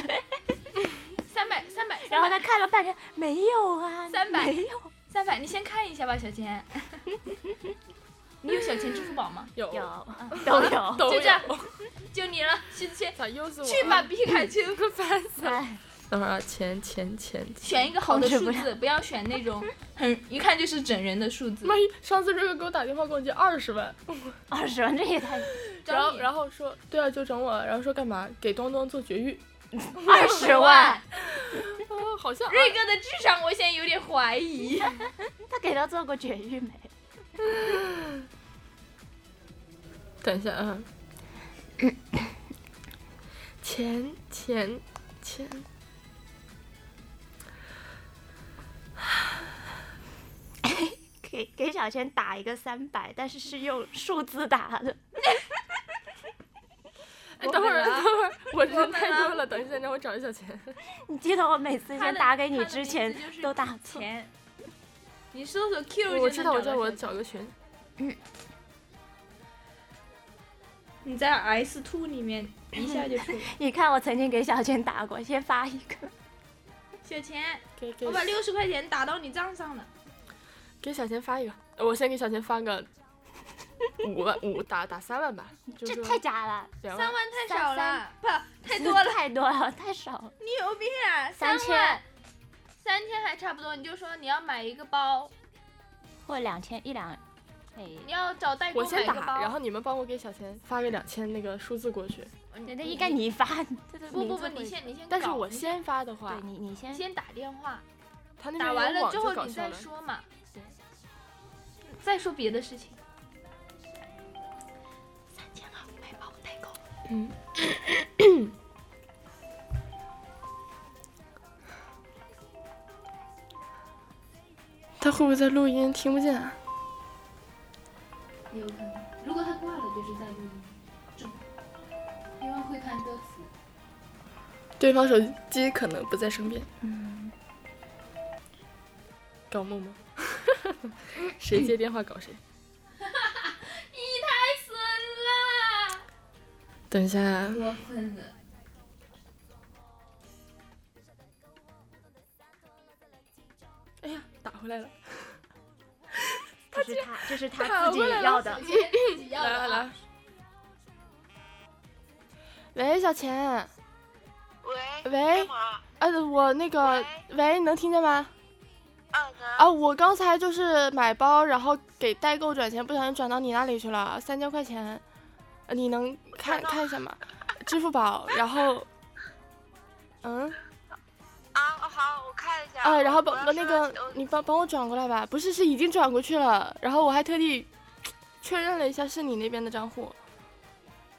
Speaker 3: 三百，三百，
Speaker 1: 然后
Speaker 3: 呢？
Speaker 1: 他看了半天，没有啊，
Speaker 3: 三百
Speaker 1: 没有，
Speaker 3: 三百，你先看一下吧，小钱。你有小钱支付宝吗？
Speaker 2: 有
Speaker 1: 有都有，
Speaker 2: 都
Speaker 3: 就这样
Speaker 2: 有，
Speaker 3: 就你了，西子谦，
Speaker 2: 咋又是我？
Speaker 3: 去吧，！皮卡丘，烦死了。
Speaker 1: 哎，
Speaker 2: 等会儿啊，钱钱钱！
Speaker 3: 选一个好的
Speaker 1: 控制
Speaker 3: 数
Speaker 1: 不
Speaker 3: 字，不要选那种很一看就是整人的数字。
Speaker 2: 妈，上次瑞瑞给我打电话跟我借二十万，
Speaker 1: 二十万这也太
Speaker 2: 然
Speaker 3: 找
Speaker 2: 后
Speaker 3: 你
Speaker 2: 然后说对啊，就整我，然后说干嘛？给东东做绝育？
Speaker 1: 二十万，
Speaker 2: 啊，好像啊
Speaker 3: 瑞哥的智商，我现在有点怀疑。
Speaker 1: 他给他做过绝育没？
Speaker 2: 等一下啊，钱钱钱，
Speaker 1: 给给小千打一个三百，但是是用数字打的，
Speaker 2: 哎，等会儿等会儿，我人太
Speaker 3: 我
Speaker 2: 多
Speaker 3: 本
Speaker 2: 了，等一下让我找一下钱。
Speaker 1: 你记得我每次
Speaker 3: 他
Speaker 1: 先
Speaker 3: 的
Speaker 1: 打给
Speaker 3: 他
Speaker 1: 你
Speaker 3: 的
Speaker 1: 之
Speaker 3: 名字
Speaker 1: 前
Speaker 3: 就是
Speaker 1: 都打错，
Speaker 3: 钱。你搜索 Q 就
Speaker 2: 我知道，我
Speaker 3: 能
Speaker 2: 知道，我
Speaker 3: 到
Speaker 2: 找个群。
Speaker 3: 你在 S two 里面一下就 出。
Speaker 1: 你看我曾经给小千打过，先发一个，
Speaker 3: 小钱，
Speaker 2: 给给
Speaker 3: 我把六十块钱打到你账上了。
Speaker 2: 给小钱发一个，呃我先给小钱发个五万五打打三万吧，就
Speaker 1: 这
Speaker 2: 是
Speaker 1: 太假了，
Speaker 2: 两
Speaker 3: 三
Speaker 2: 万
Speaker 3: 万太少了，不太多了。
Speaker 1: 太多了，太少了，
Speaker 3: 你有病啊！
Speaker 1: 三
Speaker 3: 三
Speaker 1: 千
Speaker 3: 万，三千还差不多。你就说你要买一个包，
Speaker 1: 或两千一两，哎，
Speaker 3: 你要找代购
Speaker 2: 我
Speaker 3: 买
Speaker 2: 先
Speaker 3: 一个
Speaker 2: 打，然
Speaker 3: 包。
Speaker 2: 后你们帮我给小钱发个两千那个数字过去。
Speaker 3: 人
Speaker 1: 那应该你发，这个
Speaker 3: 嗯不
Speaker 1: 名
Speaker 3: 不
Speaker 1: 字
Speaker 3: 不，
Speaker 1: 会
Speaker 3: 你先你先搞。
Speaker 2: 但是我
Speaker 3: 你
Speaker 2: 先发的话
Speaker 1: 对，你你先
Speaker 3: 你先打电话，
Speaker 2: 他那边
Speaker 3: 打
Speaker 2: 有
Speaker 3: 完了
Speaker 2: 网
Speaker 3: 之
Speaker 2: 就
Speaker 3: 后
Speaker 2: 搞
Speaker 3: 你
Speaker 2: 笑
Speaker 3: 再
Speaker 2: 了。
Speaker 3: 说嘛。
Speaker 1: 对，
Speaker 3: 再说别的事情。
Speaker 1: 三千二买包代购，
Speaker 2: 嗯。他会不会在录音听不见啊？
Speaker 3: 也有可能。如果他挂了，就是在录音，这因为会看歌词。
Speaker 2: 对方手机可能不在身边。
Speaker 3: 嗯
Speaker 2: 搞梦 梦，谁 接电话搞谁。
Speaker 3: 你太损了，
Speaker 2: 等一下，啊
Speaker 3: 过分了。
Speaker 2: 哎呀，打回来了，
Speaker 1: 这是他这是
Speaker 2: 打
Speaker 1: 他自己
Speaker 2: 过来了
Speaker 1: 要的，
Speaker 3: 自己要
Speaker 2: 来
Speaker 3: 的
Speaker 2: 来
Speaker 3: 啊
Speaker 2: 来。喂，小钱，
Speaker 4: 喂，
Speaker 2: 喂
Speaker 4: 干，嘛？
Speaker 2: 呃，我那个，喂，你能听见吗？
Speaker 4: 啊，能
Speaker 2: 啊，我刚才就是买包，然后给代购转钱，不小心转到你那里去了，三千块钱，呃你能看看一下吗？支付宝，然后，嗯，
Speaker 4: 啊，好，我看一下。
Speaker 2: 啊，然后帮
Speaker 4: 我
Speaker 2: 把
Speaker 4: 要
Speaker 2: 那
Speaker 4: 说
Speaker 2: 个
Speaker 4: 我
Speaker 2: 你帮帮我转过来吧，不是，是已经转过去了，然后我还特地确认了一下是你那边的账户，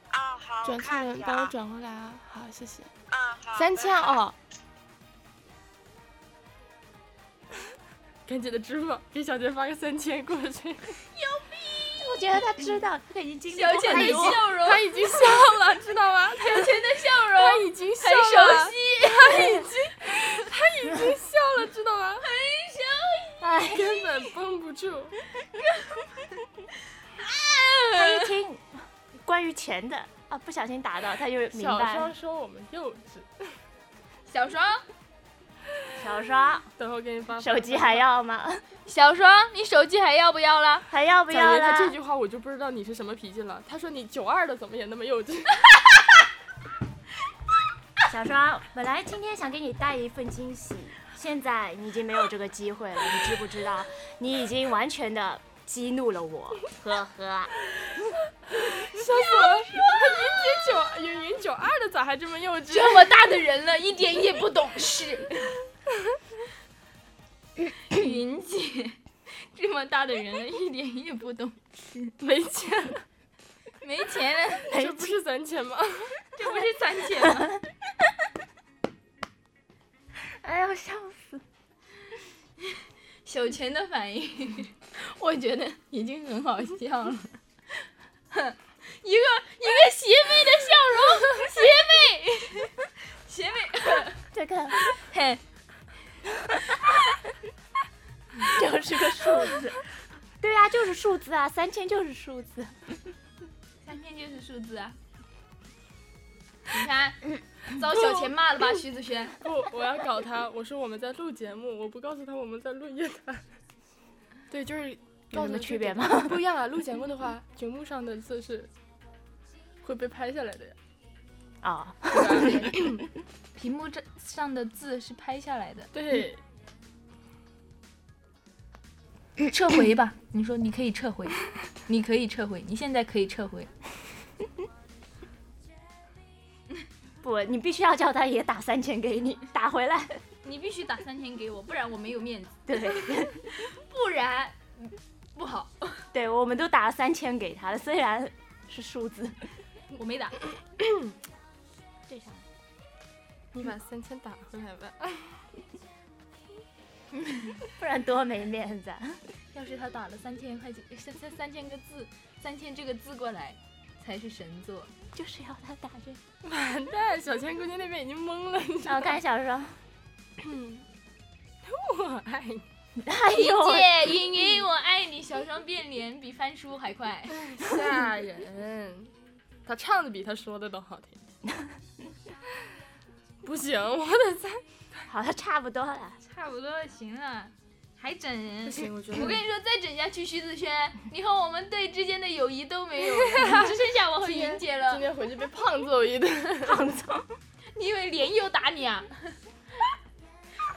Speaker 4: 啊，好，我
Speaker 2: 转错
Speaker 4: 看
Speaker 2: 了，
Speaker 4: 一
Speaker 2: 你
Speaker 4: 下
Speaker 2: 帮我
Speaker 4: 啊。
Speaker 2: 转回来啊，好，谢谢，
Speaker 4: 啊，好。
Speaker 2: 三千
Speaker 4: 啊。
Speaker 2: 哦。 赶紧的支付，给小杰发个三千过去。
Speaker 1: 我觉得他知道，他已经经历
Speaker 3: 小
Speaker 1: 过
Speaker 3: 钱
Speaker 1: 很
Speaker 3: 的
Speaker 1: 多，
Speaker 3: 笑容，
Speaker 2: 他已经笑了，知道吗？他
Speaker 3: 小钱的笑
Speaker 2: 他
Speaker 3: 容
Speaker 2: 已经笑
Speaker 3: 很熟
Speaker 2: 了，
Speaker 3: 悉，
Speaker 2: 已经笑了，知道吗？
Speaker 1: 哎，
Speaker 2: 根本绷不住。
Speaker 1: 他一听关于钱的啊，不小心打到，他就明
Speaker 2: 小
Speaker 1: 白
Speaker 2: 双
Speaker 1: 了。
Speaker 2: 说我们幼稚，
Speaker 3: 小双，
Speaker 1: 小双，
Speaker 2: 等会儿给你发
Speaker 1: 手机还要吗？
Speaker 3: 小双，你手机还要不要了？
Speaker 1: 还要不
Speaker 2: 小
Speaker 1: 要
Speaker 2: 杰，他
Speaker 1: 啦？
Speaker 2: 这句话我就不知道你是什么脾气了。他说你九二的怎么也那么幼稚，
Speaker 1: 小双，本来今天想给你带一份惊喜，现在你已经没有这个机会了，你知不知道？你已经完全的激怒了我，呵呵。
Speaker 2: 笑死我了。他云姐九，云云九手二的咋还这么幼稚？
Speaker 3: 这么大的人了，一点也不懂 事。云姐，这么大的人了，一点也不懂事，
Speaker 2: 没钱，
Speaker 3: 没钱了，
Speaker 2: 这不是咱钱吗？
Speaker 3: 这不是攒钱吗？
Speaker 1: 哎呀，笑死！
Speaker 3: 小钱的反应，我觉得已经很好笑了。哼，一个一个邪魅的笑容，邪魅，邪魅，
Speaker 6: 这个
Speaker 3: 嘿，
Speaker 6: 就是个数字，
Speaker 1: 对啊，就是数字啊，三千就是数字。
Speaker 3: 三千就是数字啊。你看，遭小钱骂了吧，徐子 轩？
Speaker 2: 不，我要搞他。我说我们在录节目，我不告诉他我们在录夜谈。对，就是
Speaker 1: 有什
Speaker 2: 告
Speaker 1: 么
Speaker 2: 诉他
Speaker 1: 区
Speaker 2: 这
Speaker 1: 别
Speaker 2: 个
Speaker 1: 吗？
Speaker 2: 不一样啊！录节目的话，节目上的字是会被拍下来的呀。
Speaker 1: 啊、
Speaker 3: 屏幕这上的字是拍下来的，
Speaker 2: 对，
Speaker 3: 撤回吧。你说你可以撤回，你可以撤回，你现在可以撤回。
Speaker 1: 不，你必须要叫他也打三千给你，打回来。
Speaker 3: 你必须打三千给我，不然我没有面子，
Speaker 1: 对，
Speaker 3: 不然嗯不好。
Speaker 1: 对，我们都打了三千给他了，虽然是数字。
Speaker 3: 我 没打，
Speaker 1: 对上。
Speaker 2: 你把三千打回来吧。
Speaker 1: 不然多没面子啊。
Speaker 3: 要是他打了三千块钱，三三三千个字，三千这个字过来，才是神作。
Speaker 1: 就是要他打这个。
Speaker 2: 完蛋，小千姑娘那边已经懵了，你知
Speaker 1: 然后
Speaker 2: 道吗？
Speaker 1: 啊看小 说，
Speaker 2: 我爱你。
Speaker 1: 哎
Speaker 3: 莹
Speaker 1: 呦喂，
Speaker 3: 姐，莹莹，我爱你，小双变脸比翻书还快。
Speaker 2: 吓人， 他唱的比他说的都好听。 不行，我得再
Speaker 1: 好了，差不多了。
Speaker 3: 差不多了，行了，还整人。
Speaker 2: 不行，我觉得
Speaker 3: 我跟你说，再整下去，徐子轩，你和我们队之间的友谊都没有 了，只剩下我和云姐
Speaker 2: 今
Speaker 3: 了。
Speaker 2: 天回去被胖揍一顿。
Speaker 1: 胖总，
Speaker 3: 你以为连友打你 啊？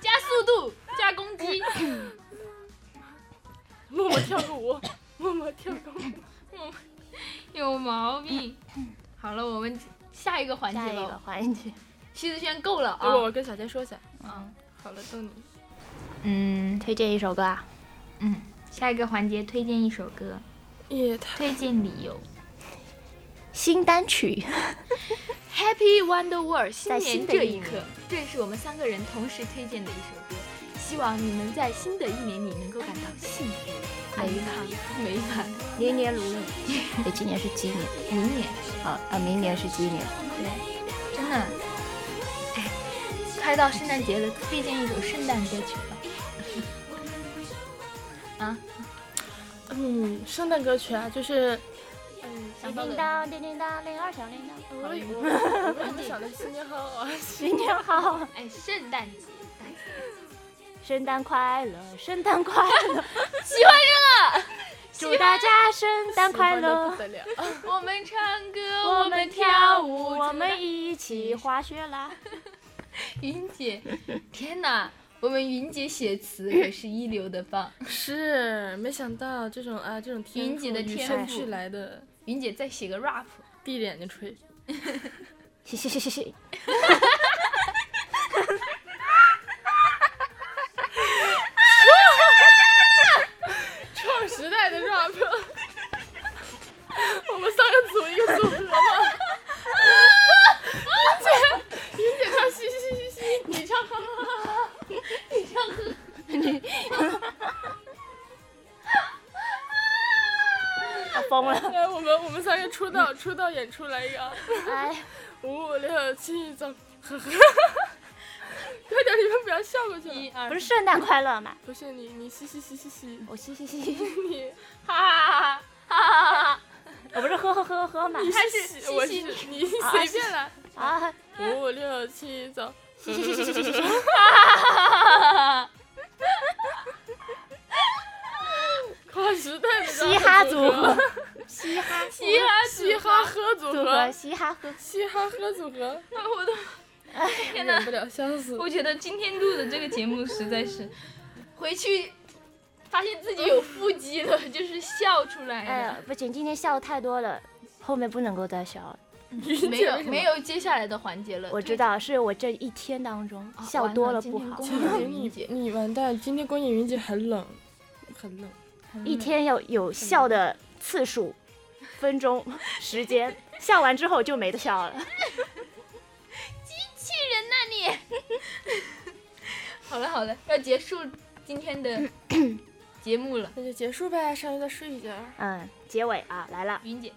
Speaker 3: 加速度，加攻击，
Speaker 2: 默默跳个 舞，默默跳个舞。
Speaker 3: 有毛病。好了，我们下一个环
Speaker 1: 下
Speaker 3: 节
Speaker 1: 一个
Speaker 3: 吧。
Speaker 1: 环节，
Speaker 3: 徐子轩够了
Speaker 2: 等会儿
Speaker 3: 啊！
Speaker 2: 我跟小千说一下。
Speaker 3: 啊，
Speaker 2: 好了，逗你。
Speaker 3: 嗯
Speaker 1: 推荐一首歌啊。
Speaker 3: 嗯，下一个环节推荐一首歌，
Speaker 2: 也太
Speaker 3: 推荐理由。
Speaker 1: 新单 曲，
Speaker 3: Happy Wonder World，新
Speaker 1: 在
Speaker 3: 年
Speaker 1: 新的
Speaker 3: 这
Speaker 1: 一
Speaker 3: 一
Speaker 1: 年
Speaker 3: 刻，这是我们三个人同时推荐的一首歌，希望你能在新的一年里能够感到幸福、安康、美满。
Speaker 1: 年年如意。 对，今年是鸡年，
Speaker 3: 明年
Speaker 1: 啊啊，明年是鸡年。
Speaker 3: 真的，哎，哎快到圣诞节了，推荐一首圣诞歌曲吧。啊
Speaker 2: 嗯，圣诞歌曲啊，就是嗯，
Speaker 1: 叮
Speaker 2: 想到
Speaker 1: 叮
Speaker 2: 的。
Speaker 1: 当，叮叮当，铃儿响铃铛。
Speaker 2: 我为我我为什么想到新年好啊？
Speaker 1: 新年好，
Speaker 3: 哎，圣诞节，
Speaker 1: 圣诞快乐，圣诞快乐，
Speaker 3: 喜欢这个。
Speaker 1: 祝大家圣诞快
Speaker 2: 喜欢得
Speaker 1: 乐。
Speaker 2: 不得了。
Speaker 3: 我们唱歌，
Speaker 1: 我们跳舞，我
Speaker 3: 真的
Speaker 1: 们一起滑雪啦！
Speaker 3: 云姐，天哪，我们云姐写词可是一流的棒。
Speaker 2: 是，没想到这种啊，这种天
Speaker 3: 云姐的
Speaker 2: 赋与
Speaker 3: 天
Speaker 2: 生
Speaker 1: 赋
Speaker 2: 俱来的，
Speaker 3: 云姐再写个 rap。
Speaker 2: 闭着眼睛吹。
Speaker 1: 谢谢谢谢谢。
Speaker 2: 创时代的 rap。我们三个组一个组合嘛。云姐，云姐唱嘻嘻嘻嘻，你唱哈哈哈哈，
Speaker 1: 我疯了，
Speaker 2: 来，我们我们三个出道出道演出来一个啊，
Speaker 1: 哎，
Speaker 2: 五六七走，呵呵。快点，你们不要笑过去了。
Speaker 1: 不是圣诞快乐吗？
Speaker 2: 不是你，你嘻嘻嘻嘻嘻，
Speaker 1: 我嘻嘻嘻，
Speaker 2: 你
Speaker 3: 哈哈哈！
Speaker 1: 我不是呵呵呵呵吗？
Speaker 2: 你
Speaker 3: 还是
Speaker 2: 嘻
Speaker 3: 嘻
Speaker 2: 我
Speaker 3: 嘻
Speaker 2: 是你随便来，
Speaker 1: 啊，
Speaker 2: 五六七走。
Speaker 1: 嘻嘻嘻嘻嘻嘻嘻。
Speaker 2: 跨时代的
Speaker 1: 嘻哈组合
Speaker 2: 合，，
Speaker 1: 嘻哈
Speaker 2: 嘻哈嘻哈喝组
Speaker 1: 组
Speaker 2: 合
Speaker 1: 合，，嘻哈和
Speaker 2: 嘻哈喝组合，
Speaker 3: 我都天哪
Speaker 2: 忍！不了，笑死！
Speaker 3: 我觉得今天录的这个节目实在是，回去发现自己有腹肌了，就是笑出来
Speaker 1: 哎
Speaker 3: 了。
Speaker 1: 呀，不行，今天笑太多了，后面不能够再笑了。
Speaker 3: 没有没有接下来的环节了。
Speaker 1: 我知
Speaker 3: 对
Speaker 1: 道，是我这一天当中
Speaker 3: 啊
Speaker 1: 笑
Speaker 3: 完
Speaker 1: 多
Speaker 3: 了
Speaker 1: 了
Speaker 3: 今
Speaker 1: 不
Speaker 3: 天
Speaker 1: 好
Speaker 3: 公，
Speaker 2: 今天你你完蛋，今天光影云集很冷，很冷。
Speaker 1: 一天要有笑的次数、分钟、时间，笑完之后就没得笑了。
Speaker 3: 气人呐、你！好了好了，要结束今天的节目了，
Speaker 2: 那就结束呗，上去再睡一觉。
Speaker 1: 嗯，结尾啊来了，
Speaker 3: 云姐，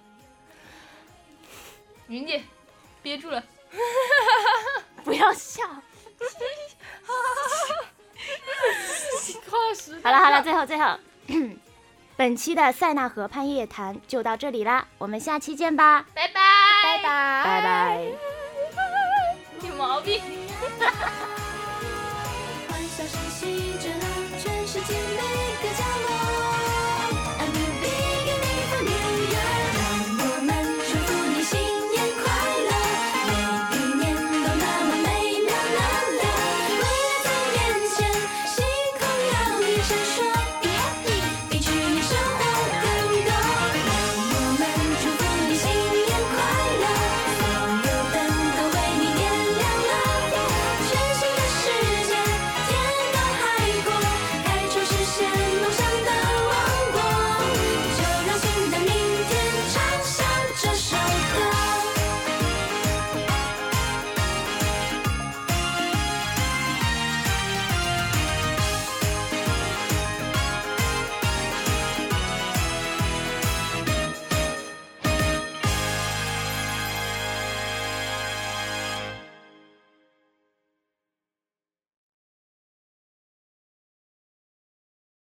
Speaker 3: 云姐，憋住了，
Speaker 1: 不要笑。
Speaker 3: 跨时
Speaker 1: 好了好了，最后最后， 本期的塞纳河畔夜谈就到这里啦，我们下期见吧，
Speaker 3: 拜拜
Speaker 1: 拜拜。